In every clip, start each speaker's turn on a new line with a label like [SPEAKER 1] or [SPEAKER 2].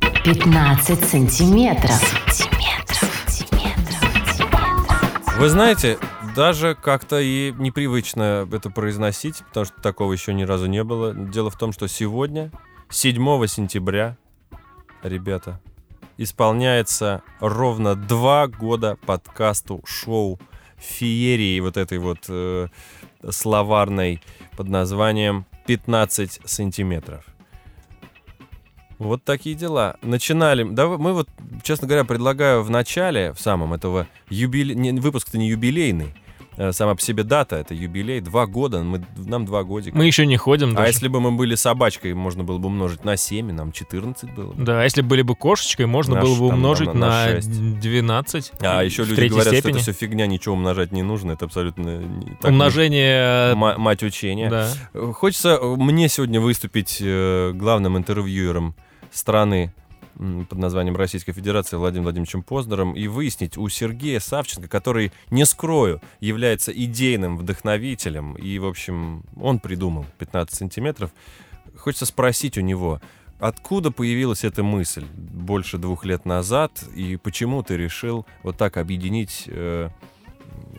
[SPEAKER 1] 15 сантиметров.
[SPEAKER 2] Вы знаете, даже как-то и непривычно это произносить, потому что такого еще ни разу не было. Дело в том, что сегодня, 7 сентября, ребята, исполняется ровно два года подкасту шоу феерии вот этой вот э, словарной под названием 15 сантиметров. Вот такие дела. Начинали. Да, вы- мы вот, честно говоря, предлагаю в начале, в самом этого юбиле... не, Выпуск-то не юбилейный. э, Сама по себе дата это юбилей. Два года. Мы, нам два годика.
[SPEAKER 3] Мы еще не ходим
[SPEAKER 2] А
[SPEAKER 3] даже.
[SPEAKER 2] если бы мы были собачкой, можно было бы умножить на 7, и нам 14 было бы.
[SPEAKER 3] Да, а если были бы кошечкой, можно
[SPEAKER 2] На
[SPEAKER 3] было
[SPEAKER 2] ш-
[SPEAKER 3] бы
[SPEAKER 2] там,
[SPEAKER 3] умножить
[SPEAKER 2] там, на- на
[SPEAKER 3] на,
[SPEAKER 2] шесть.
[SPEAKER 3] 12.
[SPEAKER 2] А
[SPEAKER 3] в
[SPEAKER 2] еще люди
[SPEAKER 3] третьей
[SPEAKER 2] говорят, что
[SPEAKER 3] степени.
[SPEAKER 2] это все фигня, ничего умножать не нужно, это абсолютно не- так не-
[SPEAKER 3] Умножение...
[SPEAKER 2] Ма- мать учения.
[SPEAKER 3] Да.
[SPEAKER 2] Э, Хочется э, мне сегодня выступить э, главным интервьюером страны м, под названием Российской Федерации Владимиром Владимировичем Познером и выяснить у Сергея Савченко, который, не скрою, является идейным вдохновителем, и, в общем, он придумал 15 сантиметров, хочется спросить у него, откуда появилась эта мысль больше двух лет назад, и почему ты решил вот так объединить э,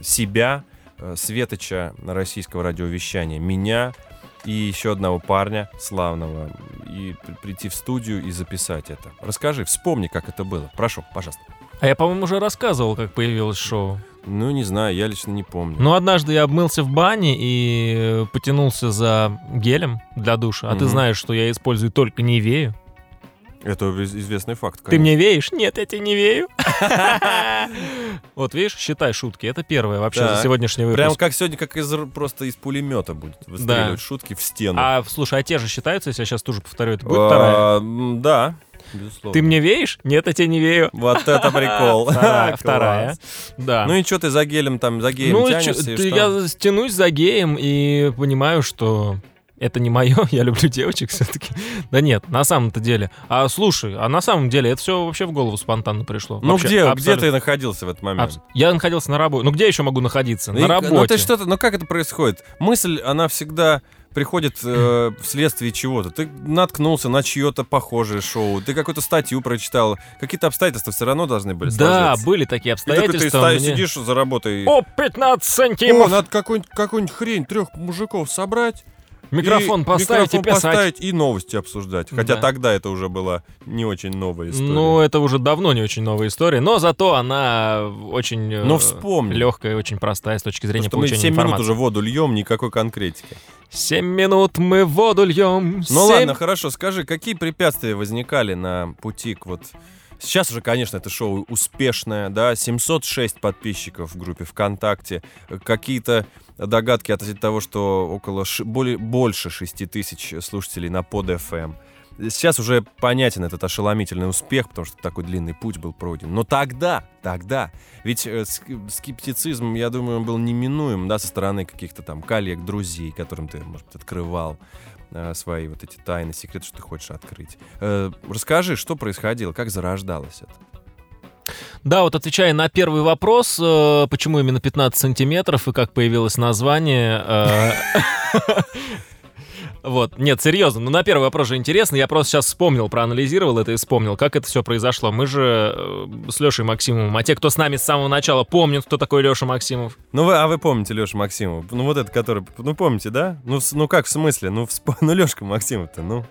[SPEAKER 2] себя, э, Светоча российского радиовещания, меня и еще одного парня славного, и при- прийти в студию и записать это. Расскажи, вспомни, как это было. Прошу, пожалуйста.
[SPEAKER 3] А я, по-моему, уже рассказывал, как появилось шоу.
[SPEAKER 2] Ну, не знаю, я лично не помню.
[SPEAKER 3] Но однажды я обмылся в бане и э, потянулся за гелем для душа. А ты
[SPEAKER 2] Мгм.
[SPEAKER 3] знаешь, что я использую только не вею.
[SPEAKER 2] Это из- известный факт,
[SPEAKER 3] Ты
[SPEAKER 2] конечно.
[SPEAKER 3] мне веешь? Нет, я тебе не вею. Вот видишь, считай шутки. Это первое вообще за
[SPEAKER 2] Так.
[SPEAKER 3] сегодняшний
[SPEAKER 2] Прям
[SPEAKER 3] выпуск.
[SPEAKER 2] как сегодня, как из, р- просто из пулемета будет выстреливать шутки в стену.
[SPEAKER 3] А слушай, а те же считаются, если я сейчас тоже повторю, это будет
[SPEAKER 2] А,
[SPEAKER 3] вторая.
[SPEAKER 2] м, Да, безусловно.
[SPEAKER 3] Ты мне веешь? Нет, я тебе не вею.
[SPEAKER 2] Вот это прикол.
[SPEAKER 3] Вторая.
[SPEAKER 2] Класс.
[SPEAKER 3] вторая. Да.
[SPEAKER 2] Ну и что ты за гелем там, за геем
[SPEAKER 3] Ну,
[SPEAKER 2] тянешься?
[SPEAKER 3] чё-
[SPEAKER 2] и
[SPEAKER 3] ты-
[SPEAKER 2] что?
[SPEAKER 3] я стянусь за геем и понимаю, что это не мое, я люблю девочек все-таки. Да нет, на самом-то деле. А слушай, а на самом деле это все вообще в голову спонтанно пришло.
[SPEAKER 2] Ну
[SPEAKER 3] Вообще,
[SPEAKER 2] где, где
[SPEAKER 3] абсолютно.
[SPEAKER 2] ты находился в этот момент?
[SPEAKER 3] Абс- Я находился на работе. Ну где еще могу находиться?
[SPEAKER 2] И-
[SPEAKER 3] На работе.
[SPEAKER 2] Ну, ты что-то, ну как это происходит? Мысль, она всегда приходит э, вследствие чего-то. Ты наткнулся на чье-то похожее шоу, ты какую-то статью прочитал, какие-то обстоятельства все равно должны были
[SPEAKER 3] Да,
[SPEAKER 2] сложиться.
[SPEAKER 3] были такие
[SPEAKER 2] И такой ты
[SPEAKER 3] обстоятельства.
[SPEAKER 2] ста-
[SPEAKER 3] мне-
[SPEAKER 2] сидишь за работой. и,
[SPEAKER 3] О, 15
[SPEAKER 2] О,
[SPEAKER 3] сантиметров!
[SPEAKER 2] надо какую-нибудь какую-нибудь хрень трех мужиков собрать.
[SPEAKER 3] Микрофон
[SPEAKER 2] и-
[SPEAKER 3] поставить и
[SPEAKER 2] микрофон
[SPEAKER 3] писать.
[SPEAKER 2] поставить и новости обсуждать. Хотя
[SPEAKER 3] Да.
[SPEAKER 2] тогда это уже была не очень новая история.
[SPEAKER 3] Ну, это уже давно не очень новая история, но зато она очень
[SPEAKER 2] Но Ну, вспомни.
[SPEAKER 3] легкая и очень простая с точки
[SPEAKER 2] Потому
[SPEAKER 3] зрения
[SPEAKER 2] что мы
[SPEAKER 3] получения
[SPEAKER 2] 7 минут
[SPEAKER 3] информации.
[SPEAKER 2] уже воду льем, никакой конкретики.
[SPEAKER 3] Семь минут мы воду льем.
[SPEAKER 2] Ну
[SPEAKER 3] семь-
[SPEAKER 2] ладно, хорошо, скажи, какие препятствия возникали на пути к вот... Сейчас же, конечно, это шоу успешное, да, 706 подписчиков в группе ВКонтакте, Э, какие-то догадки относительно того, что около ши- более, больше 6 тысяч слушателей на под FM. Сейчас уже понятен этот ошеломительный успех, потому что такой длинный путь был пройден. Но тогда, тогда, ведь э, ск- скептицизм, я думаю, был неминуем, да, со стороны каких-то там коллег, друзей, которым ты, может быть, открывал э, свои вот эти тайны, секреты, что ты хочешь открыть. Э, расскажи, что происходило, как зарождалось это?
[SPEAKER 3] Да, вот отвечая на первый вопрос, э, почему именно 15 сантиметров и как появилось название. э, Вот, нет, серьезно, ну на первый вопрос же интересно, я просто сейчас вспомнил, проанализировал это и вспомнил, как это все произошло. Мы же э, с Лешей Максимовым, а те, кто с нами с самого начала, помнят, кто такой Леша Максимов.
[SPEAKER 2] Ну, вы, а вы помните Лешу Максимова? Ну, вот этот, который... Ну, помните, да? Ну, в с- ну как в смысле? Ну, вспо- ну Лешка Максимов-то, ну.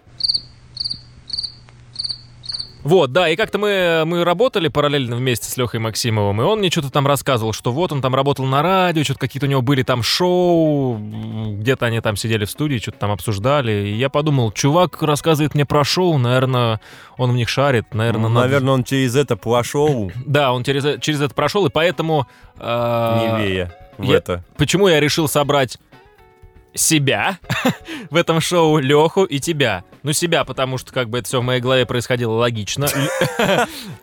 [SPEAKER 3] Вот, да, и как-то мы, мы работали параллельно вместе с Лехой Максимовым, и он мне что-то там рассказывал, что вот он там работал на радио, что-то какие-то у него были там шоу, м, где-то они там сидели в студии, что-то там обсуждали, и я подумал, чувак рассказывает мне про шоу, наверное, он в них шарит, наверное,
[SPEAKER 2] Ну, Наверное, он через это пошел
[SPEAKER 3] Да, он через, э- через это прошел, и поэтому... э,
[SPEAKER 2] невея в
[SPEAKER 3] я-
[SPEAKER 2] это.
[SPEAKER 3] почему я решил собрать себя в этом шоу, Леху и тебя. Ну, себя, потому что как бы это все в моей голове происходило логично.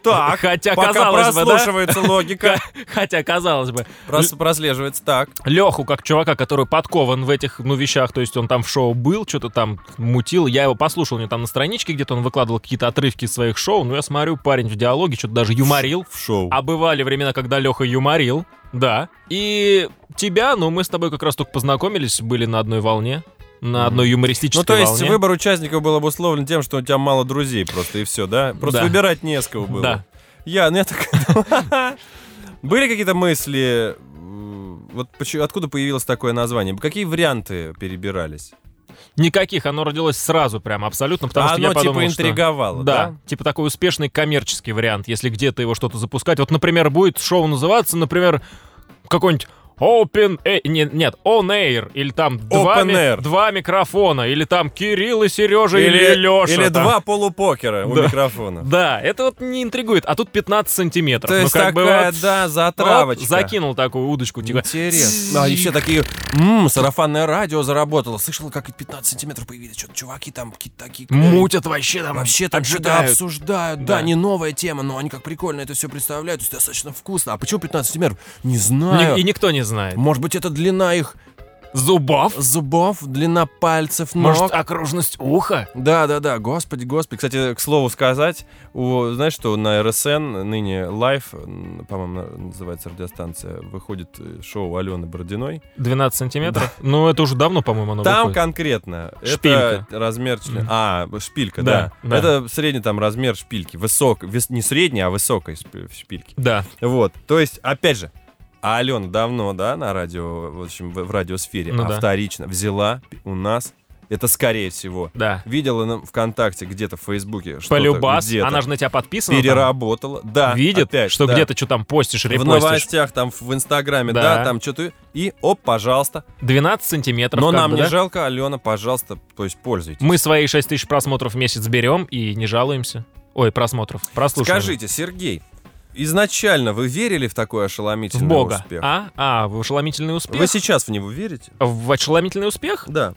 [SPEAKER 2] Так,
[SPEAKER 3] Хотя,
[SPEAKER 2] пока
[SPEAKER 3] казалось бы, да?
[SPEAKER 2] прослушивается логика.
[SPEAKER 3] Хотя, казалось бы,
[SPEAKER 2] Прос- прослеживается так.
[SPEAKER 3] Леху, как чувака, который подкован в этих, ну, вещах, то есть он там в шоу был, что-то там мутил, я его послушал, у него там на страничке где-то он выкладывал какие-то отрывки из своих шоу, ну, я смотрю, парень в диалоге что-то даже юморил,
[SPEAKER 2] В шоу.
[SPEAKER 3] а бывали времена, когда Леха юморил, да, и тебя, ну, мы с тобой как раз только познакомились, были на одной волне, на одной юмористической
[SPEAKER 2] Ну, то есть
[SPEAKER 3] волне.
[SPEAKER 2] выбор участников был обусловлен тем, что у тебя мало друзей просто, и все, да? Просто
[SPEAKER 3] Да.
[SPEAKER 2] выбирать не с кого было.
[SPEAKER 3] Да.
[SPEAKER 2] Я, ну, я так... Были какие-то мысли, м, вот почему- откуда появилось такое название? Какие варианты перебирались?
[SPEAKER 3] Никаких, оно родилось сразу прям абсолютно, потому
[SPEAKER 2] А
[SPEAKER 3] что
[SPEAKER 2] оно
[SPEAKER 3] я подумал,
[SPEAKER 2] типа
[SPEAKER 3] что-
[SPEAKER 2] интриговало,
[SPEAKER 3] Да, типа такой успешный коммерческий вариант, если где-то его что-то запускать. Вот, например, будет шоу называться, например, какой-нибудь Open Air, не- нет, On Air, или там два,
[SPEAKER 2] Open
[SPEAKER 3] ми-
[SPEAKER 2] Air.
[SPEAKER 3] два микрофона, или там Кирилл и Сережа, или, Леша.
[SPEAKER 2] или два полупокера у
[SPEAKER 3] Да.
[SPEAKER 2] микрофона.
[SPEAKER 3] Да, это вот не интригует, а тут 15 сантиметров.
[SPEAKER 2] То
[SPEAKER 3] ну,
[SPEAKER 2] есть
[SPEAKER 3] как бы
[SPEAKER 2] такая,
[SPEAKER 3] вот,
[SPEAKER 2] да, затравочка.
[SPEAKER 3] вот закинул такую удочку, типа,
[SPEAKER 2] Интересно. А еще такие, «М, сарафанное радио заработало. Слышал, как и 15 сантиметров появились. Что-то чуваки там какие-то такие...
[SPEAKER 3] мутят вообще там,
[SPEAKER 2] Вообще там что-то
[SPEAKER 3] отжигают.
[SPEAKER 2] обсуждают. Да.
[SPEAKER 3] Да.
[SPEAKER 2] не новая тема, но они как прикольно это все представляют. То есть достаточно вкусно. А почему 15 сантиметров? Не знаю.
[SPEAKER 3] Ни- И никто не знает.
[SPEAKER 2] Может быть, это длина их
[SPEAKER 3] Зубов?
[SPEAKER 2] зубов, длина пальцев, ног.
[SPEAKER 3] Может, а окружность уха?
[SPEAKER 2] Да, да, да, господи, господи. Кстати, к слову сказать, у, знаешь, что на РСН ныне Лайф, по-моему, на- называется радиостанция, выходит э, шоу Алены Бородиной.
[SPEAKER 3] 12 сантиметров? Ну, это уже давно, по-моему, оно
[SPEAKER 2] Там
[SPEAKER 3] выходит.
[SPEAKER 2] конкретно.
[SPEAKER 3] Шпилька.
[SPEAKER 2] Это размер члена.
[SPEAKER 3] Мгм.
[SPEAKER 2] А, шпилька, да.
[SPEAKER 3] Да, да.
[SPEAKER 2] Это средний там размер шпильки. Высок, вис- не средний, а высокой шпи- шпильки.
[SPEAKER 3] Да.
[SPEAKER 2] Вот. То есть, опять же, а Алена давно, да, на радио, в общем, в, в радиосфере,
[SPEAKER 3] Ну
[SPEAKER 2] а
[SPEAKER 3] да.
[SPEAKER 2] вторично взяла у нас, это скорее всего,
[SPEAKER 3] Да.
[SPEAKER 2] видела на ВКонтакте где-то в Фейсбуке, что-то
[SPEAKER 3] Полюбас,
[SPEAKER 2] где-то,
[SPEAKER 3] она же на тебя подписана. там,
[SPEAKER 2] переработала, да,
[SPEAKER 3] видит,
[SPEAKER 2] опять,
[SPEAKER 3] что
[SPEAKER 2] да.
[SPEAKER 3] где-то что там
[SPEAKER 2] в
[SPEAKER 3] постишь, репостишь.
[SPEAKER 2] новостях, там в Инстаграме, да,
[SPEAKER 3] Да.
[SPEAKER 2] там что-то и оп, пожалуйста.
[SPEAKER 3] 12 сантиметров.
[SPEAKER 2] Но
[SPEAKER 3] как
[SPEAKER 2] нам
[SPEAKER 3] бы,
[SPEAKER 2] не
[SPEAKER 3] да?
[SPEAKER 2] жалко, Алена, пожалуйста, то есть пользуйтесь.
[SPEAKER 3] Мы свои 6 тысяч просмотров в месяц берем и не жалуемся. Ой, просмотров, прослушиваний.
[SPEAKER 2] Скажите, Сергей, изначально вы верили в такой
[SPEAKER 3] В
[SPEAKER 2] ошеломительный
[SPEAKER 3] Бога.
[SPEAKER 2] успех?
[SPEAKER 3] А? А, в ошеломительный успех?
[SPEAKER 2] Вы сейчас в него верите?
[SPEAKER 3] В ошеломительный успех?
[SPEAKER 2] Да.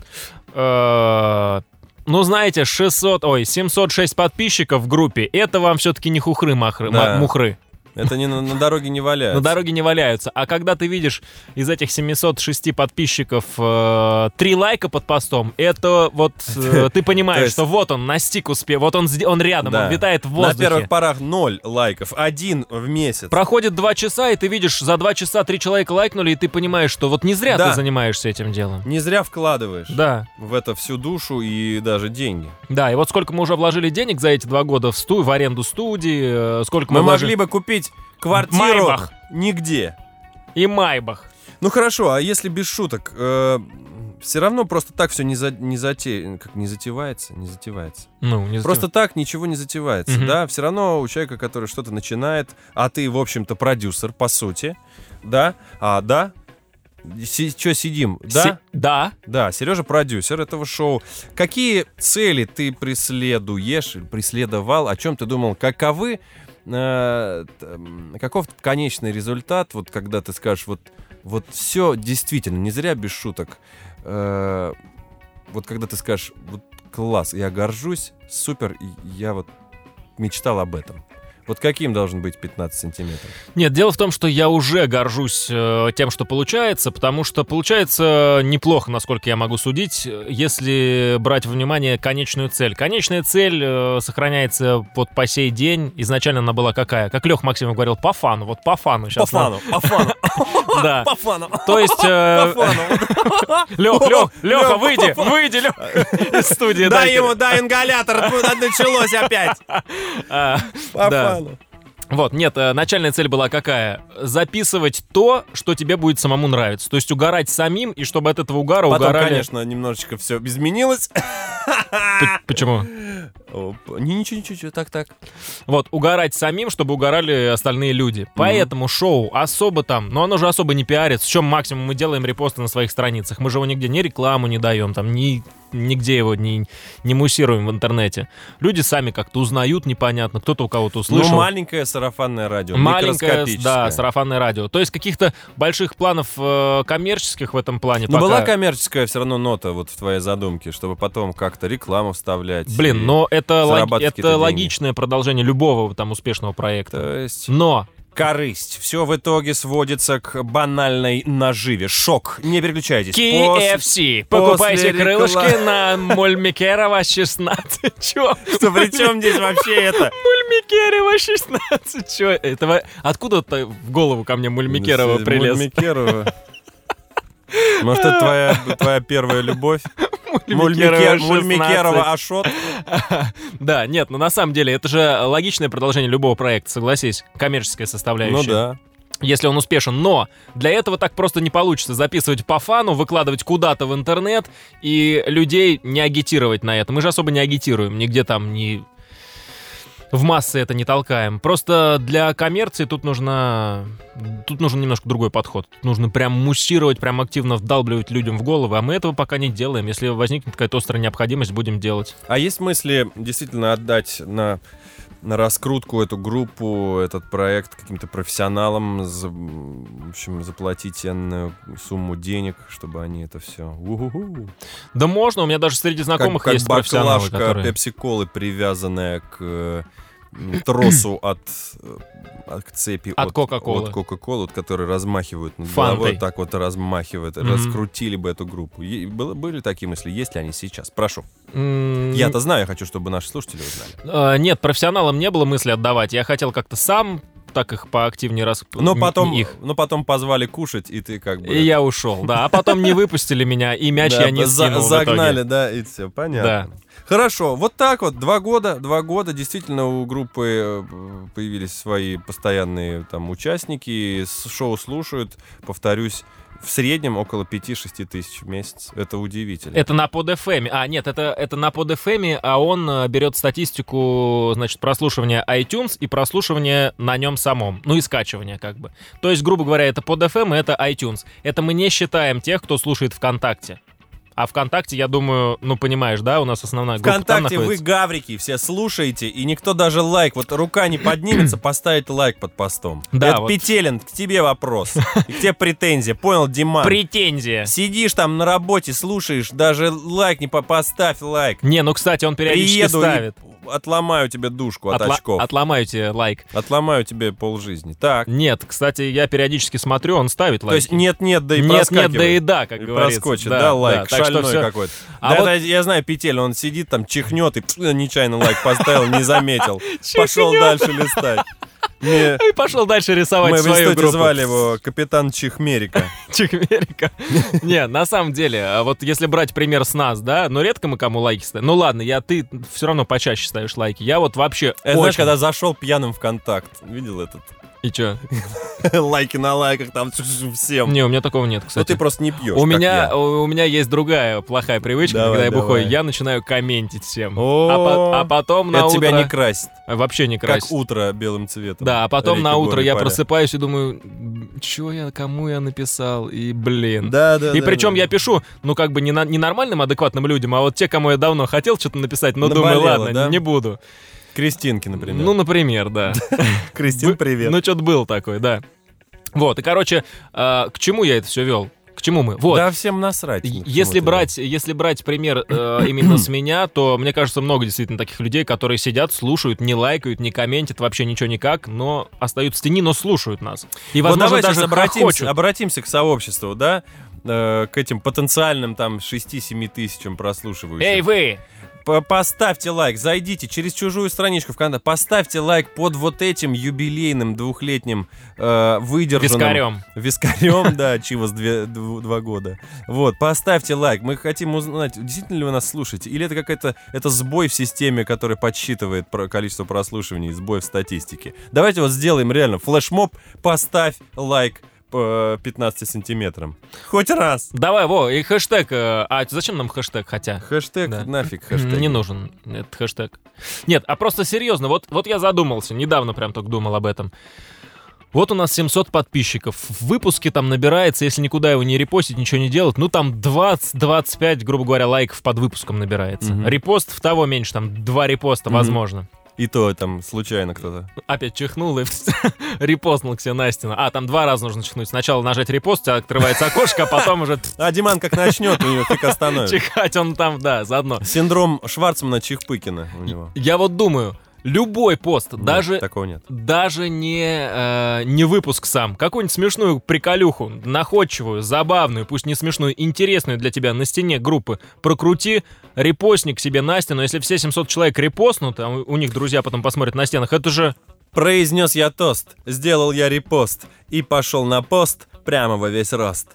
[SPEAKER 3] Э, Ну, знаете, 600, ой, 706 подписчиков в группе, это вам все-таки не хухры-махры,
[SPEAKER 2] Да.
[SPEAKER 3] ма- мухры.
[SPEAKER 2] Это не на, на дороге не валяется.
[SPEAKER 3] На дороге не валяются. А когда ты видишь из этих 706 подписчиков э, три лайка под постом, это вот э, ты
[SPEAKER 2] То
[SPEAKER 3] понимаешь,
[SPEAKER 2] есть-
[SPEAKER 3] что вот он настиг успех, вот он, зде- он рядом,
[SPEAKER 2] Да.
[SPEAKER 3] он витает в воздухе.
[SPEAKER 2] На первых порах ноль лайков, один в месяц.
[SPEAKER 3] Проходит два часа, и ты видишь, за два часа три человека лайкнули, и ты понимаешь, что вот не зря
[SPEAKER 2] Да.
[SPEAKER 3] ты занимаешься этим делом.
[SPEAKER 2] Не зря вкладываешь
[SPEAKER 3] Да,
[SPEAKER 2] в это всю душу и даже деньги.
[SPEAKER 3] да, и вот сколько мы уже вложили денег за эти два года в сту, в аренду студии, э, сколько мы,
[SPEAKER 2] Мы могли
[SPEAKER 3] вложили...
[SPEAKER 2] бы купить квартиру
[SPEAKER 3] Майбах.
[SPEAKER 2] нигде.
[SPEAKER 3] И Майбах.
[SPEAKER 2] Ну хорошо, а если без шуток, все равно просто так все не, за, не зате- как не затевается, не затевается.
[SPEAKER 3] Ну, не знаю.
[SPEAKER 2] Просто так ничего не затевается,
[SPEAKER 3] Мгм.
[SPEAKER 2] да. Все равно у человека, который что-то начинает, а ты, в общем-то, продюсер, по сути, да, а, да, что сидим, да,
[SPEAKER 3] Се- Да.
[SPEAKER 2] да, Сережа продюсер этого шоу. Какие цели ты преследуешь, или преследовал, о чем ты думал, каковы, э, т- м, каков конечный результат, вот когда ты скажешь, вот, вот все действительно, не зря без шуток, э, вот когда ты скажешь, вот класс, я горжусь, супер, и я вот мечтал об этом. Вот каким должен быть 15 сантиметров?
[SPEAKER 3] Нет, дело в том, что я уже горжусь э, тем, что получается, потому что получается э, неплохо, насколько я могу судить, э, если брать во внимание конечную цель. Конечная цель э, сохраняется вот по сей день. Изначально она была какая? Как Лех Максимов говорил, по фану. Вот по фану сейчас. нам-
[SPEAKER 2] по фану,
[SPEAKER 3] Да.
[SPEAKER 2] по фану,
[SPEAKER 3] То есть...
[SPEAKER 2] по
[SPEAKER 3] э,
[SPEAKER 2] фану.
[SPEAKER 3] Лех, Лех, Леха,
[SPEAKER 2] Лёха,
[SPEAKER 3] выйди, выйди, Лех, из студии.
[SPEAKER 2] Дай ему, дай ингалятор, началось опять.
[SPEAKER 3] А, да. Вот, нет, э, начальная цель была какая? Записывать то, что тебе будет самому нравиться. То есть угорать самим, и чтобы от этого угара
[SPEAKER 2] Потом,
[SPEAKER 3] угорали...
[SPEAKER 2] конечно, немножечко все изменилось.
[SPEAKER 3] П- Почему?
[SPEAKER 2] Оп. Не, ничего, ничего, ничего, так, так.
[SPEAKER 3] Вот, угорать самим, чтобы угорали остальные люди. Поэтому шоу особо там, но оно же особо не пиарится. В чем максимум мы делаем репосты на своих страницах. Мы же его нигде ни рекламу не даем, там, ни, нигде его не, не муссируем в интернете. Люди сами как-то узнают, непонятно, кто-то у кого-то услышал.
[SPEAKER 2] Ну, маленькое сарафанное радио,
[SPEAKER 3] Маленькое, да,
[SPEAKER 2] микроскопическое.
[SPEAKER 3] сарафанное радио. То есть каких-то больших планов э, коммерческих в этом плане
[SPEAKER 2] Но
[SPEAKER 3] пока-
[SPEAKER 2] Ну, была коммерческая все равно нота вот в твоей задумке, чтобы потом как-то рекламу вставлять.
[SPEAKER 3] Блин,
[SPEAKER 2] и-
[SPEAKER 3] но это, лог-
[SPEAKER 2] зарабатывать какие-то
[SPEAKER 3] это
[SPEAKER 2] деньги. Э,
[SPEAKER 3] логичное продолжение любого там успешного проекта.
[SPEAKER 2] То есть...
[SPEAKER 3] Но
[SPEAKER 2] Корысть. Все в итоге сводится к банальной наживе. Шок. Не переключайтесь. После-
[SPEAKER 3] KFC. Покупайте
[SPEAKER 2] после
[SPEAKER 3] крылышки
[SPEAKER 2] реклам-
[SPEAKER 3] на Мульмикерова 16. Чё?
[SPEAKER 2] Что, при чем здесь вообще это?
[SPEAKER 3] Мульмикерова 16. Чё? Этого... Откуда то в голову ко мне Мульмикерова
[SPEAKER 2] С-
[SPEAKER 3] прилез?
[SPEAKER 2] Мульмикерова. Может, это твоя, твоя первая любовь?
[SPEAKER 3] Мульмикерова
[SPEAKER 2] Мульмикер- Мульмикерова Ашот.
[SPEAKER 3] Да, нет, но на самом деле это же логичное продолжение любого проекта, согласись. Коммерческая составляющая.
[SPEAKER 2] Ну да.
[SPEAKER 3] Если он успешен. Но для этого так просто не получится записывать по фану, выкладывать куда-то в интернет и людей не агитировать на это. Мы же особо не агитируем, нигде там не в массы это не толкаем. Просто для коммерции тут нужно... Тут нужен немножко другой подход. Тут нужно прям муссировать, прям активно вдалбливать людям в головы, а мы этого пока не делаем. Если возникнет какая-то острая необходимость, будем делать.
[SPEAKER 2] А есть мысли действительно отдать на на раскрутку эту группу, этот проект каким-то профессионалам, за- в общем, заплатить энную сумму денег, чтобы они это все...
[SPEAKER 3] Да можно, у меня даже среди знакомых есть профессионалы,
[SPEAKER 2] баклажка
[SPEAKER 3] которые...
[SPEAKER 2] пепси-колы, привязанная к э, м, тросу от, э, от к цепи
[SPEAKER 3] От Кока-Колы.
[SPEAKER 2] от Кока-Колы, вот, которые размахивают над
[SPEAKER 3] Фантой.
[SPEAKER 2] головой, так вот размахивают,
[SPEAKER 3] Мгм.
[SPEAKER 2] раскрутили бы эту группу. Е- было- были такие мысли, есть ли они сейчас? Прошу.
[SPEAKER 3] М,
[SPEAKER 2] Я-то знаю, я хочу, чтобы наши слушатели узнали.
[SPEAKER 3] э, Нет, профессионалам не было мысли отдавать. Я хотел как-то сам так их поактивнее раз...
[SPEAKER 2] Но Ну, потом,
[SPEAKER 3] Их.
[SPEAKER 2] но потом позвали кушать, и ты как бы...
[SPEAKER 3] И я ушел, да. А потом не выпустили меня, и мяч
[SPEAKER 2] Да,
[SPEAKER 3] я не
[SPEAKER 2] за-
[SPEAKER 3] скинул в итоге.
[SPEAKER 2] Загнали, да, и все, понятно. Хорошо, вот так вот, два года, два года, действительно у группы э, появились свои постоянные там участники, с- шоу слушают, повторюсь, в среднем около 5-6 тысяч в месяц. Это удивительно.
[SPEAKER 3] Это на PodFM. А, нет, это, это на PodFM, а он э, берет статистику, значит, прослушивания iTunes и прослушивания на нем самом. Ну и скачивания, как бы. То есть, грубо говоря, это PodFM и это iTunes. Это мы не считаем тех, кто слушает ВКонтакте. А ВКонтакте, я думаю, ну понимаешь, да, у нас основная группа там
[SPEAKER 2] ВКонтакте вы
[SPEAKER 3] находится.
[SPEAKER 2] гаврики, все слушаете, и никто даже лайк, вот рука не поднимется, поставить лайк под постом.
[SPEAKER 3] Да,
[SPEAKER 2] Это
[SPEAKER 3] вот.
[SPEAKER 2] Петелин, к тебе вопрос, и к тебе претензия, понял, Диман?
[SPEAKER 3] Претензия.
[SPEAKER 2] Сидишь там на работе, слушаешь, даже лайк не по- поставь лайк.
[SPEAKER 3] Не, ну, кстати, он периодически
[SPEAKER 2] Приеду
[SPEAKER 3] ставит.
[SPEAKER 2] и отломаю тебе душку от
[SPEAKER 3] Отла-
[SPEAKER 2] очков.
[SPEAKER 3] Отломаю тебе лайк.
[SPEAKER 2] Отломаю тебе полжизни. Так.
[SPEAKER 3] Нет, кстати, я периодически смотрю, он ставит лайк.
[SPEAKER 2] То есть нет-нет, да и
[SPEAKER 3] нет, нет,
[SPEAKER 2] проскакивает.
[SPEAKER 3] да и да, как
[SPEAKER 2] И
[SPEAKER 3] говорится.
[SPEAKER 2] проскочит, да, лайк,
[SPEAKER 3] так что
[SPEAKER 2] шальной
[SPEAKER 3] всё.
[SPEAKER 2] какой-то.
[SPEAKER 3] А
[SPEAKER 2] Да,
[SPEAKER 3] вот-
[SPEAKER 2] да, я знаю, Петель, он сидит там, чихнет и пф, нечаянно лайк поставил, не заметил. Пошел
[SPEAKER 3] Чихнет.
[SPEAKER 2] дальше листать. Мне-
[SPEAKER 3] И пошел дальше рисовать
[SPEAKER 2] Мы в
[SPEAKER 3] свою
[SPEAKER 2] институте
[SPEAKER 3] группу.
[SPEAKER 2] звали его капитан Чихмерика.
[SPEAKER 3] Чехмерика. Не, на самом деле, а вот если брать пример с нас, да, но редко мы кому лайки ставим. Ну ладно, я ты все равно почаще ставишь лайки. Я вот вообще
[SPEAKER 2] Э, Знаешь,
[SPEAKER 3] очень-
[SPEAKER 2] когда зашел пьяным в контакт, видел этот?
[SPEAKER 3] И чё?
[SPEAKER 2] Лайки на лайках там всем.
[SPEAKER 3] Не, у меня такого нет,
[SPEAKER 2] Ну ты
[SPEAKER 3] кстати.
[SPEAKER 2] просто не пьешь,
[SPEAKER 3] У
[SPEAKER 2] как
[SPEAKER 3] меня,
[SPEAKER 2] я.
[SPEAKER 3] у у меня есть другая плохая привычка,
[SPEAKER 2] Давай,
[SPEAKER 3] когда я бухой,
[SPEAKER 2] давай.
[SPEAKER 3] я начинаю комментить всем.
[SPEAKER 2] О,
[SPEAKER 3] А по- А потом на
[SPEAKER 2] Это тебя не
[SPEAKER 3] утро...
[SPEAKER 2] красит.
[SPEAKER 3] Вообще не
[SPEAKER 2] Как
[SPEAKER 3] красит.
[SPEAKER 2] утро белым цветом.
[SPEAKER 3] Да, а потом
[SPEAKER 2] Реки,
[SPEAKER 3] на утро
[SPEAKER 2] горы,
[SPEAKER 3] я
[SPEAKER 2] поля.
[SPEAKER 3] просыпаюсь и думаю, «М, чё я, кому я написал, и блин.
[SPEAKER 2] Да, да.
[SPEAKER 3] И
[SPEAKER 2] да,
[SPEAKER 3] причем
[SPEAKER 2] да.
[SPEAKER 3] я пишу, ну как бы не, на, не нормальным, адекватным людям, а вот те, кому я давно хотел что-то написать, но думаю,
[SPEAKER 2] Наболело,
[SPEAKER 3] ладно,
[SPEAKER 2] да?
[SPEAKER 3] не буду.
[SPEAKER 2] Кристинки, например.
[SPEAKER 3] Ну, например, да.
[SPEAKER 2] Кристин, привет.
[SPEAKER 3] Ну, что-то был такой, да. Вот, и, короче, а, к чему я это все вел? К чему мы? Вот.
[SPEAKER 2] Да всем насрать.
[SPEAKER 3] Е-
[SPEAKER 2] на
[SPEAKER 3] Если
[SPEAKER 2] почему-то.
[SPEAKER 3] брать, если брать пример э, именно с меня, то мне кажется, много действительно таких людей, которые сидят, слушают, не лайкают, не комментят вообще ничего никак, но остаются в тени, но слушают нас. И,
[SPEAKER 2] Вот
[SPEAKER 3] возможно,
[SPEAKER 2] давай сейчас
[SPEAKER 3] даже
[SPEAKER 2] обратимся,
[SPEAKER 3] обратимся.
[SPEAKER 2] обратимся к сообществу, да? Э, к этим потенциальным там 6-7 тысячам прослушивающих.
[SPEAKER 3] Эй, вы!
[SPEAKER 2] П- Поставьте лайк, зайдите через чужую страничку в канале, поставьте лайк под вот этим юбилейным двухлетним э, выдержанным...
[SPEAKER 3] Вискарем.
[SPEAKER 2] Вискарем, да, Чивас две- дву- два года. Вот, поставьте лайк. Мы хотим узнать, действительно ли вы нас слушаете, или это какая-то это сбой в системе, который подсчитывает про- количество прослушиваний, сбой в статистике. Давайте вот сделаем реально флешмоб, поставь лайк по 15 сантиметрам. Хоть раз.
[SPEAKER 3] Давай, во, и хэштег. э, А зачем нам хэштег хотя?
[SPEAKER 2] Хэштег
[SPEAKER 3] Да.
[SPEAKER 2] нафиг хэштег.
[SPEAKER 3] Не ну. нужен этот хэштег. Нет, а просто серьезно, вот, вот я задумался, недавно прям только думал об этом. Вот у нас 700 подписчиков. В выпуске там набирается, если никуда его не репостить, ничего не делать, ну там 20-25, грубо говоря, лайков под выпуском набирается.
[SPEAKER 2] Мгм.
[SPEAKER 3] Репостов того меньше, там два репоста,
[SPEAKER 2] Мгм.
[SPEAKER 3] возможно.
[SPEAKER 2] И то там случайно кто-то.
[SPEAKER 3] Опять чихнул и репостнул к себе Настина. А, там два раза нужно чихнуть. Сначала нажать репост, у тебя открывается окошко, а потом уже
[SPEAKER 2] А Диман как начнет, у него фиг остановит.
[SPEAKER 3] чихать он там, да, заодно.
[SPEAKER 2] Синдром Шварцмана Чихпыкина у него.
[SPEAKER 3] Я вот думаю, любой пост,
[SPEAKER 2] Нет,
[SPEAKER 3] даже
[SPEAKER 2] Такого нет.
[SPEAKER 3] даже не, э, не выпуск сам, какую-нибудь смешную приколюху, находчивую, забавную, пусть не смешную, интересную для тебя на стене группы прокрути, репостник себе на стену, если все 700 человек репостнут, а у у них друзья потом посмотрят на стенах, это же...
[SPEAKER 2] Произнес я тост, сделал я репост и пошел на пост прямо во весь рост.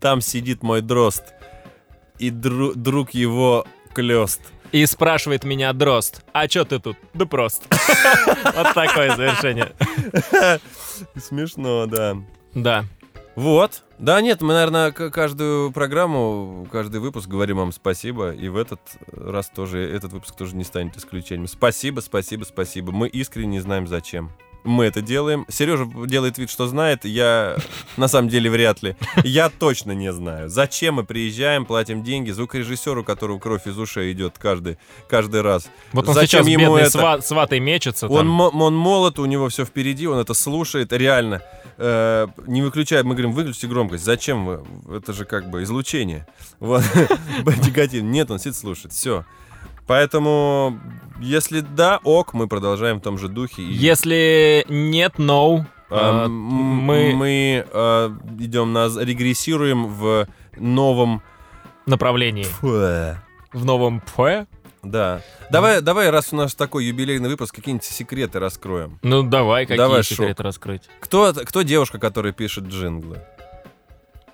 [SPEAKER 2] Там сидит мой дрозд. и дру- друг его клест.
[SPEAKER 3] И спрашивает меня Дрозд, а чё ты тут? Да просто. Вот такое завершение.
[SPEAKER 2] Смешно, да.
[SPEAKER 3] Да.
[SPEAKER 2] Вот. Да, нет, мы, наверное, каждую программу, каждый выпуск говорим вам спасибо, и в этот раз тоже, этот выпуск тоже не станет исключением. Спасибо, спасибо, спасибо. Мы искренне не знаем зачем. Мы это делаем. Сережа делает вид, что знает. Я на самом деле вряд ли. Я точно не знаю. Зачем мы приезжаем, платим деньги звукорежиссеру, у которого кровь из ушей идет каждый, каждый раз.
[SPEAKER 3] Вот он
[SPEAKER 2] Зачем
[SPEAKER 3] сейчас
[SPEAKER 2] ему
[SPEAKER 3] бедный
[SPEAKER 2] это?
[SPEAKER 3] сва- сватой мечется.
[SPEAKER 2] Он,
[SPEAKER 3] там.
[SPEAKER 2] мо- он молод, у него все впереди, он это слушает, реально. Э, не выключая, мы говорим, выключите громкость. Зачем вы? Это же как бы излучение. Вот, негатив. Нет, он сидит слушает, все. Поэтому, если да, ок, мы продолжаем в том же духе. и,
[SPEAKER 3] Если нет,
[SPEAKER 2] э,
[SPEAKER 3] no. э,
[SPEAKER 2] м-
[SPEAKER 3] Мы
[SPEAKER 2] мы э, идем, на, регрессируем в новом...
[SPEAKER 3] направлении.
[SPEAKER 2] Фу.
[SPEAKER 3] В новом пфе?
[SPEAKER 2] Да. Давай, давай, раз у нас такой юбилейный выпуск, какие-нибудь секреты раскроем.
[SPEAKER 3] Ну давай, какие
[SPEAKER 2] Давай,
[SPEAKER 3] секреты раскрыть.
[SPEAKER 2] Кто, кто девушка, которая пишет джинглы?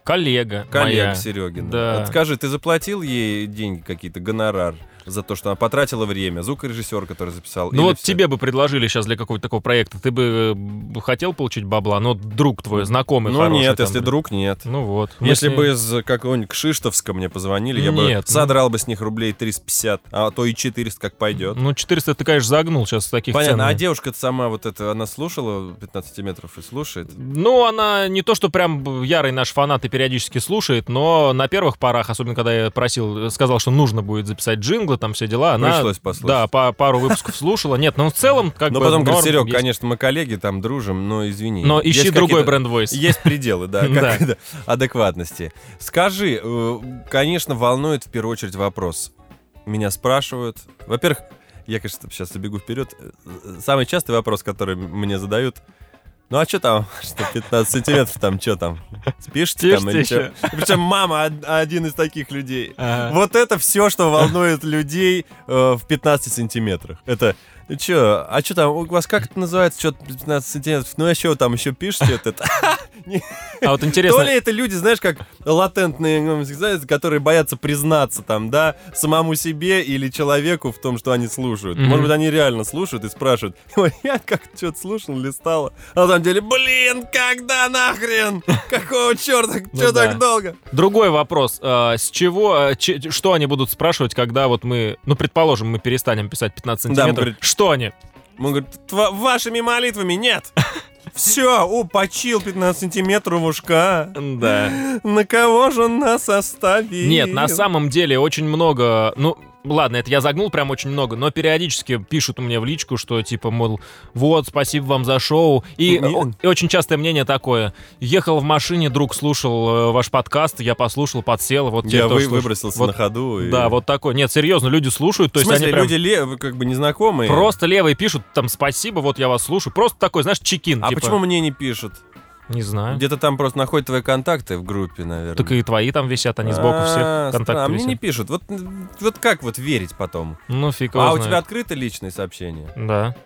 [SPEAKER 3] Коллега
[SPEAKER 2] Коллега
[SPEAKER 3] моя.
[SPEAKER 2] Серегина.
[SPEAKER 3] Да.
[SPEAKER 2] Вот Скажи, ты заплатил ей деньги какие-то, гонорар за то, что она потратила время? Звукорежиссер, который записал?
[SPEAKER 3] Ну
[SPEAKER 2] или
[SPEAKER 3] вот
[SPEAKER 2] всё?
[SPEAKER 3] тебе бы предложили сейчас для какого-то такого проекта, ты бы э, б- хотел получить бабла, но друг твой, знакомый
[SPEAKER 2] Ну
[SPEAKER 3] хороший
[SPEAKER 2] нет,
[SPEAKER 3] там,
[SPEAKER 2] если
[SPEAKER 3] блин.
[SPEAKER 2] друг, нет.
[SPEAKER 3] Ну вот. Мы с
[SPEAKER 2] Если
[SPEAKER 3] ней-
[SPEAKER 2] бы из какого-нибудь Кшиштовска мне позвонили, я бы
[SPEAKER 3] Нет, ну-
[SPEAKER 2] содрал бы с них рублей 350, а то и 400 как пойдет.
[SPEAKER 3] Ну 400 ты, конечно, загнул сейчас с таких
[SPEAKER 2] Понятно,
[SPEAKER 3] цен.
[SPEAKER 2] а девушка-то сама вот это, она слушала 15 метров и слушает?
[SPEAKER 3] Ну, она не то, что прям ярый наш фанат и периодически слушает, но на первых порах, особенно когда я просил, э, сказал, что нужно будет записать джинглы, там все дела, она...
[SPEAKER 2] Пришлось послушать.
[SPEAKER 3] Да, по пару выпусков слушала. Нет, ну в целом как
[SPEAKER 2] Но
[SPEAKER 3] бы...
[SPEAKER 2] потом говорит,
[SPEAKER 3] норм
[SPEAKER 2] Серег,
[SPEAKER 3] есть.
[SPEAKER 2] конечно, мы коллеги, там дружим, но извини.
[SPEAKER 3] Но
[SPEAKER 2] Есть
[SPEAKER 3] ищи другой
[SPEAKER 2] какие-то-
[SPEAKER 3] бренд войс.
[SPEAKER 2] Есть пределы, да, как
[SPEAKER 3] Да.
[SPEAKER 2] это, адекватности. Скажи, э, конечно, волнует в первую очередь вопрос. Меня спрашивают. Во-первых, я, конечно, сейчас забегу вперед. Э, э, Самый частый вопрос, который м- мне задают, ну а что там, что 15 сантиметров там, что там, спишь там или
[SPEAKER 3] Спишь
[SPEAKER 2] чё? Причем мама од- один из таких людей.
[SPEAKER 3] Ага.
[SPEAKER 2] Вот это все, что волнует людей э, в 15 сантиметрах. Это ну чё, а что там, у вас как это называется, что 15 сантиметров? Ну а что там еще пишете? Вот это?
[SPEAKER 3] А вот
[SPEAKER 2] То
[SPEAKER 3] интересно,
[SPEAKER 2] ли это люди, знаешь, как латентные, ну, знаете, которые боятся признаться там, да, самому себе или человеку в том, что они слушают.
[SPEAKER 3] Мгм.
[SPEAKER 2] Может быть, они реально слушают и спрашивают, «Ой, я как что-то слушал, листала. А на самом деле, блин, когда нахрен? Какого черта?
[SPEAKER 3] Ну
[SPEAKER 2] Че
[SPEAKER 3] да.
[SPEAKER 2] так долго?
[SPEAKER 3] Другой вопрос. А, С чего, а, че- что они будут спрашивать, когда вот мы, ну, предположим, мы перестанем писать 15
[SPEAKER 2] Да, мы
[SPEAKER 3] сантиметров.
[SPEAKER 2] говорим-
[SPEAKER 3] Что они?
[SPEAKER 2] Он говорит, «Тва- вашими молитвами нет. Все, о, почил 15 сантиметров ушка.
[SPEAKER 3] Да.
[SPEAKER 2] На кого же он нас оставил?
[SPEAKER 3] Нет, на самом деле очень много, ну, ладно, это я загнул прям очень много, но периодически пишут мне в личку, что типа, мол, вот, спасибо вам за шоу. И,
[SPEAKER 2] Не-
[SPEAKER 3] о- и очень частое мнение такое. Ехал в машине, друг слушал э, ваш подкаст, я послушал, подсел, вот тебе
[SPEAKER 2] Я вы-
[SPEAKER 3] тоже слушаю.
[SPEAKER 2] выбросился
[SPEAKER 3] Вот-
[SPEAKER 2] на ходу. и-
[SPEAKER 3] Да, вот такое. Нет, серьезно, люди слушают, то
[SPEAKER 2] в
[SPEAKER 3] есть
[SPEAKER 2] смысле,
[SPEAKER 3] они прям...
[SPEAKER 2] люди ле- как бы незнакомые.
[SPEAKER 3] Просто левые пишут, там, спасибо, вот я вас слушаю. Просто такой, знаешь, чекин.
[SPEAKER 2] А
[SPEAKER 3] типа,
[SPEAKER 2] почему мне не пишут?
[SPEAKER 3] Не знаю.
[SPEAKER 2] Где-то там просто находят твои контакты в группе, наверное.
[SPEAKER 3] Так и твои там висят, они сбоку
[SPEAKER 2] А,
[SPEAKER 3] всех
[SPEAKER 2] странно, А
[SPEAKER 3] контакты
[SPEAKER 2] мне не
[SPEAKER 3] висят.
[SPEAKER 2] пишут. Вот, вот как вот верить потом?
[SPEAKER 3] Ну фиг его
[SPEAKER 2] А у
[SPEAKER 3] знает.
[SPEAKER 2] тебя открыты личные сообщения
[SPEAKER 3] Да.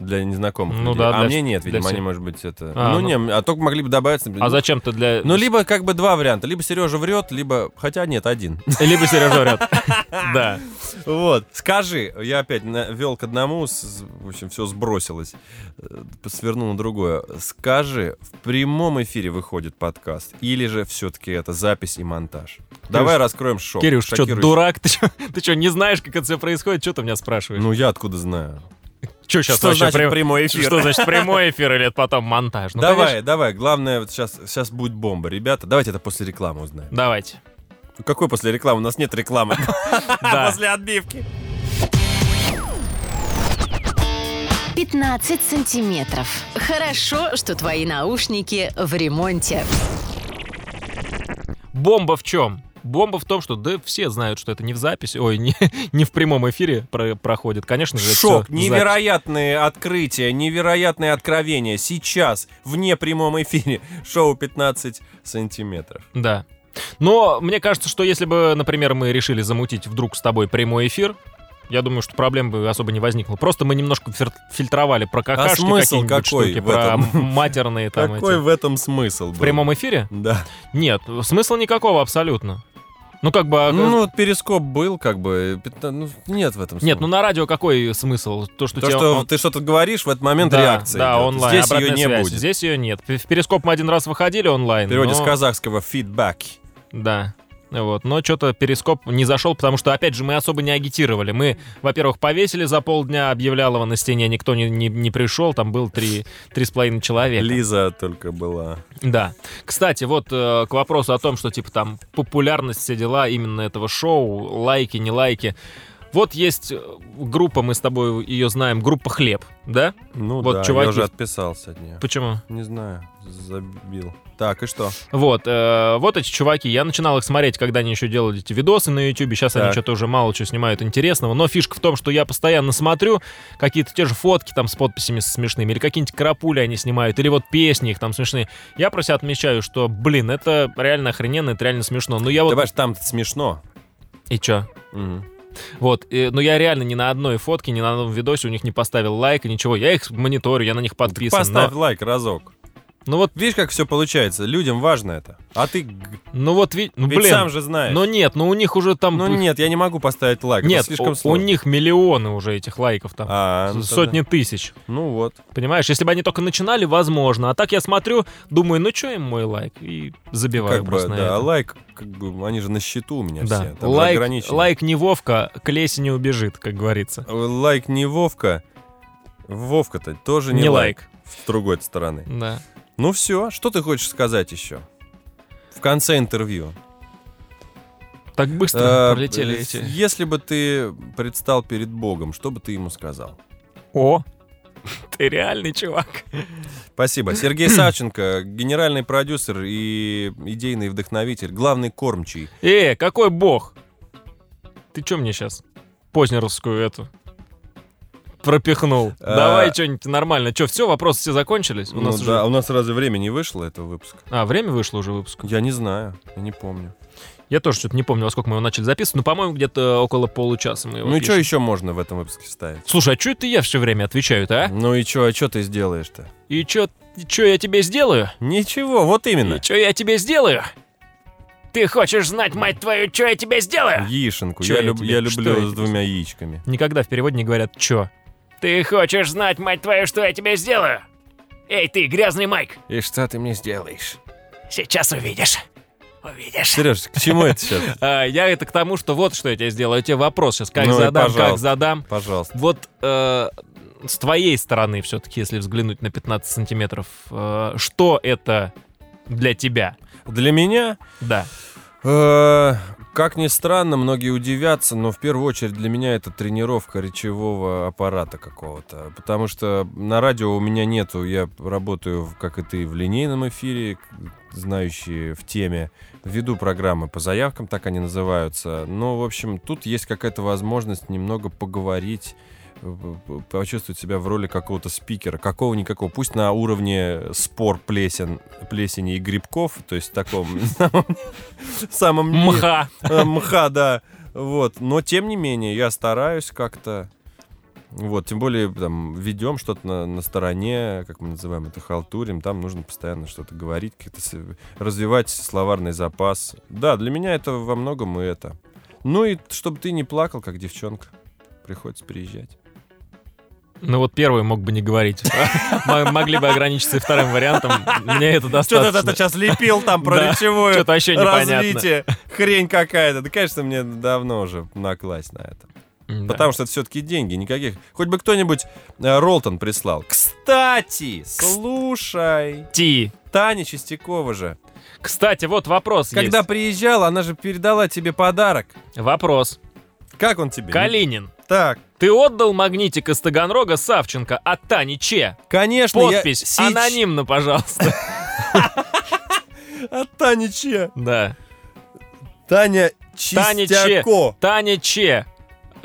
[SPEAKER 2] для незнакомых
[SPEAKER 3] Ну
[SPEAKER 2] людей?
[SPEAKER 3] да,
[SPEAKER 2] а
[SPEAKER 3] для
[SPEAKER 2] мне
[SPEAKER 3] вс-
[SPEAKER 2] нет,
[SPEAKER 3] для
[SPEAKER 2] видимо, они,
[SPEAKER 3] всех.
[SPEAKER 2] может быть, это...
[SPEAKER 3] А,
[SPEAKER 2] ну,
[SPEAKER 3] ну.
[SPEAKER 2] не, а только могли бы добавить... например,
[SPEAKER 3] А зачем ты для...
[SPEAKER 2] Ну, либо как бы два варианта. Либо Сережа врет, либо... Хотя нет, один.
[SPEAKER 3] Либо Сережа орёт. Да.
[SPEAKER 2] Вот. Скажи, я опять вел к одному, с- с- в общем, все сбросилось. Э, Свернул на другое. Скажи, в прямом эфире выходит подкаст? Или же все-таки это запись и монтаж? Давай раскроем шок.
[SPEAKER 3] Кирюш, что,
[SPEAKER 2] Шокирующий.
[SPEAKER 3] дурак? Ты что, ты чё, не знаешь, как это все происходит? Что ты меня спрашиваешь?
[SPEAKER 2] Ну, я откуда знаю?
[SPEAKER 3] Что сейчас
[SPEAKER 2] Что
[SPEAKER 3] вообще?
[SPEAKER 2] значит
[SPEAKER 3] прям-
[SPEAKER 2] прямой эфир?
[SPEAKER 3] Что значит прямой эфир или это потом монтаж? Ну,
[SPEAKER 2] давай,
[SPEAKER 3] конечно.
[SPEAKER 2] давай. Главное, вот сейчас, сейчас будет бомба. Ребята, давайте это после рекламы узнаем.
[SPEAKER 3] Давайте.
[SPEAKER 2] Какой после рекламы? У нас нет рекламы.
[SPEAKER 3] Да.
[SPEAKER 2] А, После отбивки.
[SPEAKER 1] 15 сантиметров. Хорошо, что твои наушники в ремонте.
[SPEAKER 3] Бомба в чем? Бомба в том, что да все знают, что это не в записи, ой, не, не в прямом эфире про- проходит. Конечно же, это
[SPEAKER 2] Шок,
[SPEAKER 3] всё запись.
[SPEAKER 2] невероятные открытия, невероятные откровения сейчас, вне прямом эфире, шоу 15 сантиметров.
[SPEAKER 3] Да. Но мне кажется, что если бы, например, мы решили замутить вдруг с тобой прямой эфир, я думаю, что проблем бы особо не возникло. Просто мы немножко фир- фильтровали про какашки
[SPEAKER 2] А смысл
[SPEAKER 3] какие-нибудь
[SPEAKER 2] какой
[SPEAKER 3] штуки,
[SPEAKER 2] в
[SPEAKER 3] про
[SPEAKER 2] этом?
[SPEAKER 3] матерные там
[SPEAKER 2] Какой
[SPEAKER 3] эти.
[SPEAKER 2] в этом смысл был?
[SPEAKER 3] В прямом эфире?
[SPEAKER 2] Да.
[SPEAKER 3] Нет, смысла никакого абсолютно. Ну, как бы...
[SPEAKER 2] Ну, вот перископ был, как бы. пятна- ну, нет в этом
[SPEAKER 3] Нет, ну
[SPEAKER 2] смысла.
[SPEAKER 3] на радио какой смысл? То, что
[SPEAKER 2] То,
[SPEAKER 3] тебе
[SPEAKER 2] что
[SPEAKER 3] он-
[SPEAKER 2] ты что-то говоришь, в этот момент
[SPEAKER 3] да,
[SPEAKER 2] реакция.
[SPEAKER 3] Да,
[SPEAKER 2] идет.
[SPEAKER 3] онлайн.
[SPEAKER 2] Здесь ее
[SPEAKER 3] обратная
[SPEAKER 2] не
[SPEAKER 3] связь.
[SPEAKER 2] будет.
[SPEAKER 3] Здесь ее нет. В перископ мы один раз выходили онлайн.
[SPEAKER 2] В переводе
[SPEAKER 3] но-
[SPEAKER 2] с казахского фидбэк.
[SPEAKER 3] Да. Вот. Но что-то перископ не зашел, потому что, опять же, мы особо не агитировали. Мы, во-первых, повесили за полдня, объявлял его на стене, никто не, не, не пришел, там был три, три с половиной человека.
[SPEAKER 2] Лиза только была.
[SPEAKER 3] Да. Кстати, вот э, к вопросу о том, что, типа, там, популярность, все дела именно этого шоу, лайки, не лайки. Вот есть э, группа, мы с тобой ее знаем, группа «Хлеб», да?
[SPEAKER 2] Ну
[SPEAKER 3] Вот
[SPEAKER 2] да,
[SPEAKER 3] чуваки-
[SPEAKER 2] я уже отписался от нее.
[SPEAKER 3] Почему?
[SPEAKER 2] Не знаю, забил. Так, и что?
[SPEAKER 3] Вот, э, вот эти чуваки, я начинал их смотреть, когда они еще делали эти видосы на YouTube, сейчас они
[SPEAKER 2] Так.
[SPEAKER 3] что-то уже мало чего снимают интересного, но фишка в том, что я постоянно смотрю какие-то те же фотки там с подписями смешными, или какие-нибудь карапули они снимают, или вот песни их там смешные. Я про себя отмечаю, что, блин, это реально охрененно, это реально смешно. Ну я
[SPEAKER 2] Ты
[SPEAKER 3] вот...
[SPEAKER 2] понимаешь, там смешно.
[SPEAKER 3] И чё?
[SPEAKER 2] Мгм. Ну,
[SPEAKER 3] Вот, э, но я реально ни на одной фотке, ни на одном видосе у них не поставил лайк, ничего. Я их мониторю, я на них подписан. но-
[SPEAKER 2] Ну Поставь лайк разок.
[SPEAKER 3] Ну вот,
[SPEAKER 2] Видишь, как все получается? Людям важно это. А ты г-
[SPEAKER 3] ну вот, ви- ну
[SPEAKER 2] ведь
[SPEAKER 3] блин.
[SPEAKER 2] сам же знаешь.
[SPEAKER 3] Но нет, ну у них уже там...
[SPEAKER 2] Ну нет, я не могу поставить лайк.
[SPEAKER 3] Нет,
[SPEAKER 2] это слишком
[SPEAKER 3] у, у
[SPEAKER 2] сложно.
[SPEAKER 3] них миллионы уже этих лайков там.
[SPEAKER 2] А, ну
[SPEAKER 3] С-
[SPEAKER 2] тогда-
[SPEAKER 3] Сотни тысяч.
[SPEAKER 2] Ну вот.
[SPEAKER 3] Понимаешь, если бы они только начинали, возможно. А так я смотрю, думаю, ну что им мой лайк? И забиваю
[SPEAKER 2] Как бы,
[SPEAKER 3] просто на
[SPEAKER 2] да,
[SPEAKER 3] это.
[SPEAKER 2] а лайк, как бы, они же на счету у меня
[SPEAKER 3] Да.
[SPEAKER 2] все. Там же
[SPEAKER 3] лайк,
[SPEAKER 2] ограничено.
[SPEAKER 3] лайк не Вовка, к лесе не убежит, как говорится.
[SPEAKER 2] Лайк не Вовка. Вовка-то тоже не,
[SPEAKER 3] Не, лайк.
[SPEAKER 2] С другой стороны.
[SPEAKER 3] Да.
[SPEAKER 2] Ну все, что ты хочешь сказать еще? В конце интервью.
[SPEAKER 3] Так быстро
[SPEAKER 2] Э,
[SPEAKER 3] пролетели
[SPEAKER 2] э,
[SPEAKER 3] эти.
[SPEAKER 2] Если бы ты предстал перед Богом, что бы ты ему сказал?
[SPEAKER 3] О! Ты реальный чувак.
[SPEAKER 2] Спасибо. Сергей Савченко, генеральный продюсер и идейный вдохновитель, главный кормчий.
[SPEAKER 3] Э, какой бог? Ты чё мне сейчас? Познеровскую эту пропихнул.
[SPEAKER 2] А.
[SPEAKER 3] Давай что-нибудь нормально. Чё, все, вопросы все закончились? У
[SPEAKER 2] Ну
[SPEAKER 3] нас
[SPEAKER 2] да,
[SPEAKER 3] уже...
[SPEAKER 2] у нас разве время не вышло этого выпуска?
[SPEAKER 3] А, время вышло уже выпуск.
[SPEAKER 2] Я не знаю, я не помню.
[SPEAKER 3] Я тоже что-то не помню, во сколько мы его начали записывать, но, по-моему, где-то около получаса мы его
[SPEAKER 2] ну и что
[SPEAKER 3] пишем.
[SPEAKER 2] еще можно в этом выпуске вставить?
[SPEAKER 3] Слушай, а чё это я все время отвечаю-то, а?
[SPEAKER 2] Ну и что, а что ты сделаешь-то?
[SPEAKER 3] И чё, чё я тебе сделаю?
[SPEAKER 2] Ничего, вот именно.
[SPEAKER 3] И чё я тебе сделаю? Ты хочешь знать, мать твою, чё я тебе сделаю?
[SPEAKER 2] Яишенку.
[SPEAKER 3] А, Чё
[SPEAKER 2] Я,
[SPEAKER 3] я
[SPEAKER 2] люб-
[SPEAKER 3] тебе-
[SPEAKER 2] я
[SPEAKER 3] что
[SPEAKER 2] люблю
[SPEAKER 3] я
[SPEAKER 2] с
[SPEAKER 3] тебе
[SPEAKER 2] двумя яичками.
[SPEAKER 3] Никогда в переводе не говорят «чё». Ты хочешь знать, мать твою, что я тебе сделаю? Эй, ты, грязный Майк,
[SPEAKER 2] И что ты мне сделаешь?
[SPEAKER 3] сейчас увидишь. Увидишь.
[SPEAKER 2] Сереж, к чему это сейчас?
[SPEAKER 3] А, я это к тому, что вот что я тебе сделаю. Я тебе вопрос сейчас как
[SPEAKER 2] Ну и
[SPEAKER 3] задам, как
[SPEAKER 2] пожалуйста.
[SPEAKER 3] задам.
[SPEAKER 2] Пожалуйста.
[SPEAKER 3] Вот э, с твоей стороны все-таки, если взглянуть на 15 сантиметров, э, что это для тебя?
[SPEAKER 2] Для меня,
[SPEAKER 3] Да.
[SPEAKER 2] э, как ни странно, многие удивятся, но в первую очередь для меня это тренировка речевого аппарата какого-то. Потому что на радио у меня нету, я работаю, в- как и ты, в линейном эфире, к- знающие в теме, веду программы по заявкам, так они называются. Но, в общем, тут есть какая-то возможность немного поговорить э, п- почувствовать себя в роли какого-то спикера, какого-никакого, пусть на уровне спор плесен, плесени и грибков, то есть в таком самом ни-
[SPEAKER 3] Мха.
[SPEAKER 2] э, мха, да, вот, но тем не менее я стараюсь как-то, вот, тем более там ведем что-то на, на стороне, как мы называем это, халтурим, там нужно постоянно что-то говорить, какие-то с- развивать словарный запас. Да, для меня это во многом и это. Ну и чтобы ты не плакал, как девчонка, приходится приезжать.
[SPEAKER 3] Ну вот первый мог бы не говорить. М- Могли бы ограничиться и вторым вариантом. Мне это
[SPEAKER 2] Что ты
[SPEAKER 3] достаточно.
[SPEAKER 2] это сейчас лепил там
[SPEAKER 3] Да,
[SPEAKER 2] про речевое
[SPEAKER 3] Что-то вообще непонятно.
[SPEAKER 2] развитие? Хрень какая-то. Да, конечно, мне давно уже накласть на это.
[SPEAKER 3] М, да.
[SPEAKER 2] Потому что это все-таки деньги, никаких. Хоть бы кто-нибудь э, Ролтон прислал. Кстати, слушай.
[SPEAKER 3] Ти.
[SPEAKER 2] Таня Чистякова же.
[SPEAKER 3] Кстати, вот вопрос
[SPEAKER 2] Когда
[SPEAKER 3] есть.
[SPEAKER 2] приезжала, она же передала тебе подарок.
[SPEAKER 3] Вопрос.
[SPEAKER 2] Как он тебе?
[SPEAKER 3] Калинин,
[SPEAKER 2] Так,
[SPEAKER 3] ты отдал магнитик из Таганрога Савченко от Тани Че?
[SPEAKER 2] конечно, я
[SPEAKER 3] Подпись
[SPEAKER 2] сич-
[SPEAKER 3] анонимно, пожалуйста.
[SPEAKER 2] От Тани Че.
[SPEAKER 3] Да.
[SPEAKER 2] А Таня
[SPEAKER 3] Таня Че.
[SPEAKER 2] Чистяко.
[SPEAKER 3] Таня Че.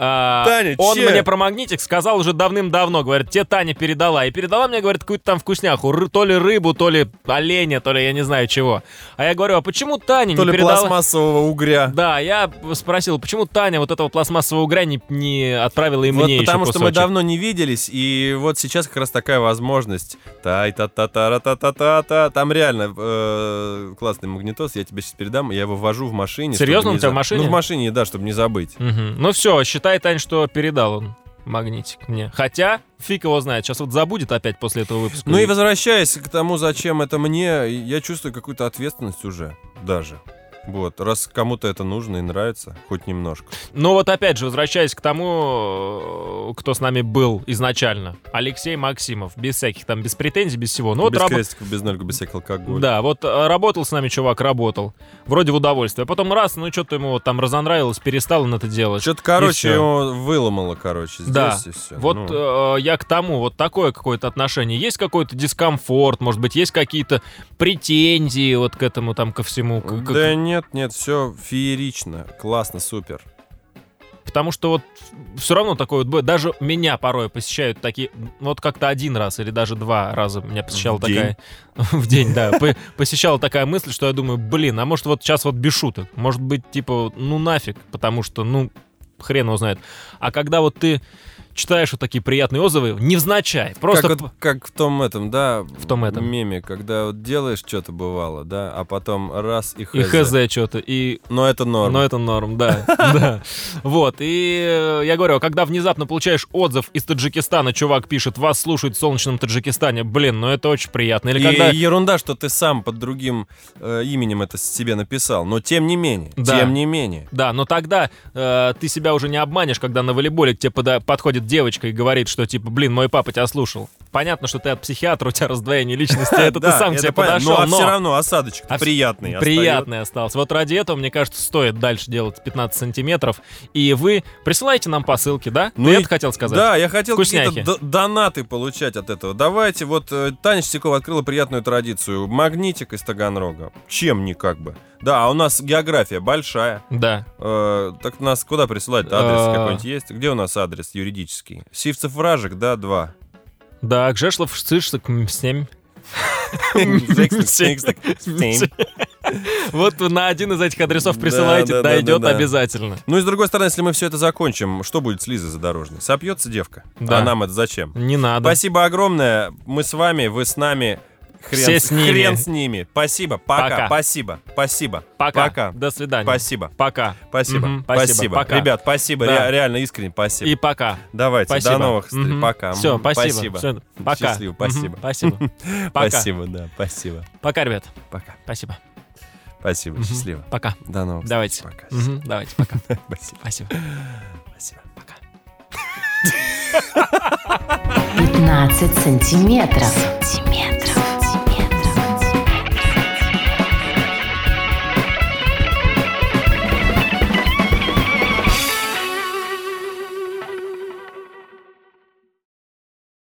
[SPEAKER 3] А,
[SPEAKER 2] Таня,
[SPEAKER 3] он
[SPEAKER 2] че?
[SPEAKER 3] мне про магнитик сказал уже давным-давно, говорит, те Таня передала. И передала мне, говорит, какую-то там вкусняху, ры- то ли рыбу, то ли оленя, то ли я не знаю чего. А я говорю, а почему Таня
[SPEAKER 2] То
[SPEAKER 3] не
[SPEAKER 2] ли
[SPEAKER 3] передала?
[SPEAKER 2] пластмассового угря.
[SPEAKER 3] Да, я спросил, почему Таня вот этого пластмассового угря не, не отправила и
[SPEAKER 2] Вот
[SPEAKER 3] мне
[SPEAKER 2] потому
[SPEAKER 3] еще
[SPEAKER 2] что мы
[SPEAKER 3] кусочек?
[SPEAKER 2] давно не виделись, и вот сейчас как раз такая возможность. тай та та та та та та та Там реально э, классный магнитос, я тебе сейчас передам, я его ввожу в машине. чтобы
[SPEAKER 3] Серьезно,
[SPEAKER 2] не
[SPEAKER 3] у тебя
[SPEAKER 2] за-
[SPEAKER 3] в машине?
[SPEAKER 2] Ну, в машине, да, чтобы не забыть.
[SPEAKER 3] Мгм. Ну все, считай, Тань, что передал он магнитик мне. Хотя, фиг его знает, сейчас вот забудет опять после этого выпуска.
[SPEAKER 2] Ну и возвращаясь к тому, зачем это мне, я чувствую какую-то ответственность уже, даже. Вот, раз кому-то это нужно и нравится, хоть немножко.
[SPEAKER 3] Ну вот опять же, возвращаясь к тому, э, кто с нами был изначально. Алексей Максимов, без всяких там, без претензий, без всего. Ну вот
[SPEAKER 2] без
[SPEAKER 3] рабо-
[SPEAKER 2] крестиков, без ноль, без всякого алкоголя.
[SPEAKER 3] Да, вот э, работал с нами чувак, работал. Вроде в удовольствие. А потом раз, ну что-то ему вот там разонравилось, перестал он это делать.
[SPEAKER 2] Что-то, короче,
[SPEAKER 3] всё.
[SPEAKER 2] его выломало, короче, здесь
[SPEAKER 3] Да.
[SPEAKER 2] и Ну. все.
[SPEAKER 3] Вот э, я к тому, вот такое какое-то отношение. Есть какой-то дискомфорт, может быть, есть какие-то претензии вот к этому там ко всему. к- к-
[SPEAKER 2] Да нет, нет, все феерично, классно, супер.
[SPEAKER 3] Потому что вот все равно такое вот бывает. Даже меня порой посещают такие... Вот как-то один раз или даже два раза меня посещала
[SPEAKER 2] В
[SPEAKER 3] такая... В день, да. по- Посещала такая мысль, что я думаю, блин, а может вот сейчас вот без шуток. Может быть, типа, ну нафиг, потому что, ну, хрен его знает. А когда вот ты читаешь вот такие приятные отзывы, невзначай, просто...
[SPEAKER 2] как, вот- как в том этом, да, в
[SPEAKER 3] том этом.
[SPEAKER 2] меме, когда вот делаешь что-то бывало, да, а потом раз и хз.
[SPEAKER 3] И хз что-то, и
[SPEAKER 2] Но это норм.
[SPEAKER 3] Но это норм, да. да. Вот, и э, я говорю, когда внезапно получаешь отзыв из Таджикистана, чувак пишет, вас слушают в солнечном Таджикистане, блин, ну это очень приятно. Или
[SPEAKER 2] И
[SPEAKER 3] когда...
[SPEAKER 2] ерунда, что ты сам под другим э, именем это себе написал, но тем не менее,
[SPEAKER 3] Да.
[SPEAKER 2] тем не менее.
[SPEAKER 3] Да, но тогда э, ты себя уже не обманешь, когда на волейболе к тебе пода- подходит девочка и говорит, что типа, блин, мой папа тебя слушал. Понятно, что ты от психиатра, у тебя раздвоение личности, это ты
[SPEAKER 2] Да,
[SPEAKER 3] сам к
[SPEAKER 2] это
[SPEAKER 3] тебе
[SPEAKER 2] понятно.
[SPEAKER 3] подошел,
[SPEAKER 2] Ну, а
[SPEAKER 3] но...
[SPEAKER 2] все равно осадочек
[SPEAKER 3] А вс-
[SPEAKER 2] приятный. остаётся.
[SPEAKER 3] Приятный остался. Вот ради этого, мне кажется, стоит дальше делать 15 сантиметров. И вы присылайте нам посылки, да?
[SPEAKER 2] Ну
[SPEAKER 3] Ты
[SPEAKER 2] и-
[SPEAKER 3] это хотел сказать?
[SPEAKER 2] Да, я хотел
[SPEAKER 3] Вкусняхи.
[SPEAKER 2] какие-то д- донаты получать от этого. Давайте, вот э, Таня Чистякова открыла приятную традицию. Магнитик из Таганрога. Чем не как бы. Да, а у нас география большая.
[SPEAKER 3] Да.
[SPEAKER 2] Э, так нас куда присылать? Адрес
[SPEAKER 3] А.
[SPEAKER 2] какой-нибудь есть? Где у нас адрес юридический? Сивцев Вражек, да, 2.
[SPEAKER 3] Да, Гжешлов Шцишек 7. Вот на один из этих адресов
[SPEAKER 2] Да,
[SPEAKER 3] присылайте,
[SPEAKER 2] да, да,
[SPEAKER 3] дойдет
[SPEAKER 2] да, да.
[SPEAKER 3] обязательно.
[SPEAKER 2] Ну и с другой стороны, если мы все это закончим, что будет с Лизой Задорожной? Сопьется девка?
[SPEAKER 3] Да.
[SPEAKER 2] А нам это зачем?
[SPEAKER 3] Не надо.
[SPEAKER 2] Спасибо огромное. Мы с вами, вы с нами. Хрен,
[SPEAKER 3] Все с ними.
[SPEAKER 2] хрен с ними. Спасибо. Пока.
[SPEAKER 3] Пока.
[SPEAKER 2] Спасибо. Спасибо.
[SPEAKER 3] Пока. До свидания.
[SPEAKER 2] Спасибо.
[SPEAKER 3] Пока.
[SPEAKER 2] Спасибо.
[SPEAKER 3] Мгм, спасибо. Пока.
[SPEAKER 2] Ребят, спасибо.
[SPEAKER 3] Да.
[SPEAKER 2] Ре- реально искренне спасибо.
[SPEAKER 3] И пока.
[SPEAKER 2] Давайте.
[SPEAKER 3] Спасибо.
[SPEAKER 2] До новых встреч. Пока.
[SPEAKER 3] Все,
[SPEAKER 2] М,
[SPEAKER 3] спасибо.
[SPEAKER 2] Спасибо.
[SPEAKER 3] Всё, пока.
[SPEAKER 2] Счастливо.
[SPEAKER 3] Мгм,
[SPEAKER 2] Спасибо.
[SPEAKER 3] Спасибо. Пока.
[SPEAKER 2] Спасибо, да. Спасибо.
[SPEAKER 3] Пока, ребят.
[SPEAKER 2] Пока.
[SPEAKER 3] Спасибо.
[SPEAKER 2] Спасибо.
[SPEAKER 3] Мгм.
[SPEAKER 2] Счастливо.
[SPEAKER 3] Пока.
[SPEAKER 2] До новых
[SPEAKER 3] Давайте.
[SPEAKER 2] встреч. Пока.
[SPEAKER 3] Мгм, Давайте, пока.
[SPEAKER 2] Спасибо.
[SPEAKER 3] Спасибо.
[SPEAKER 2] Спасибо.
[SPEAKER 1] «15 сантиметров».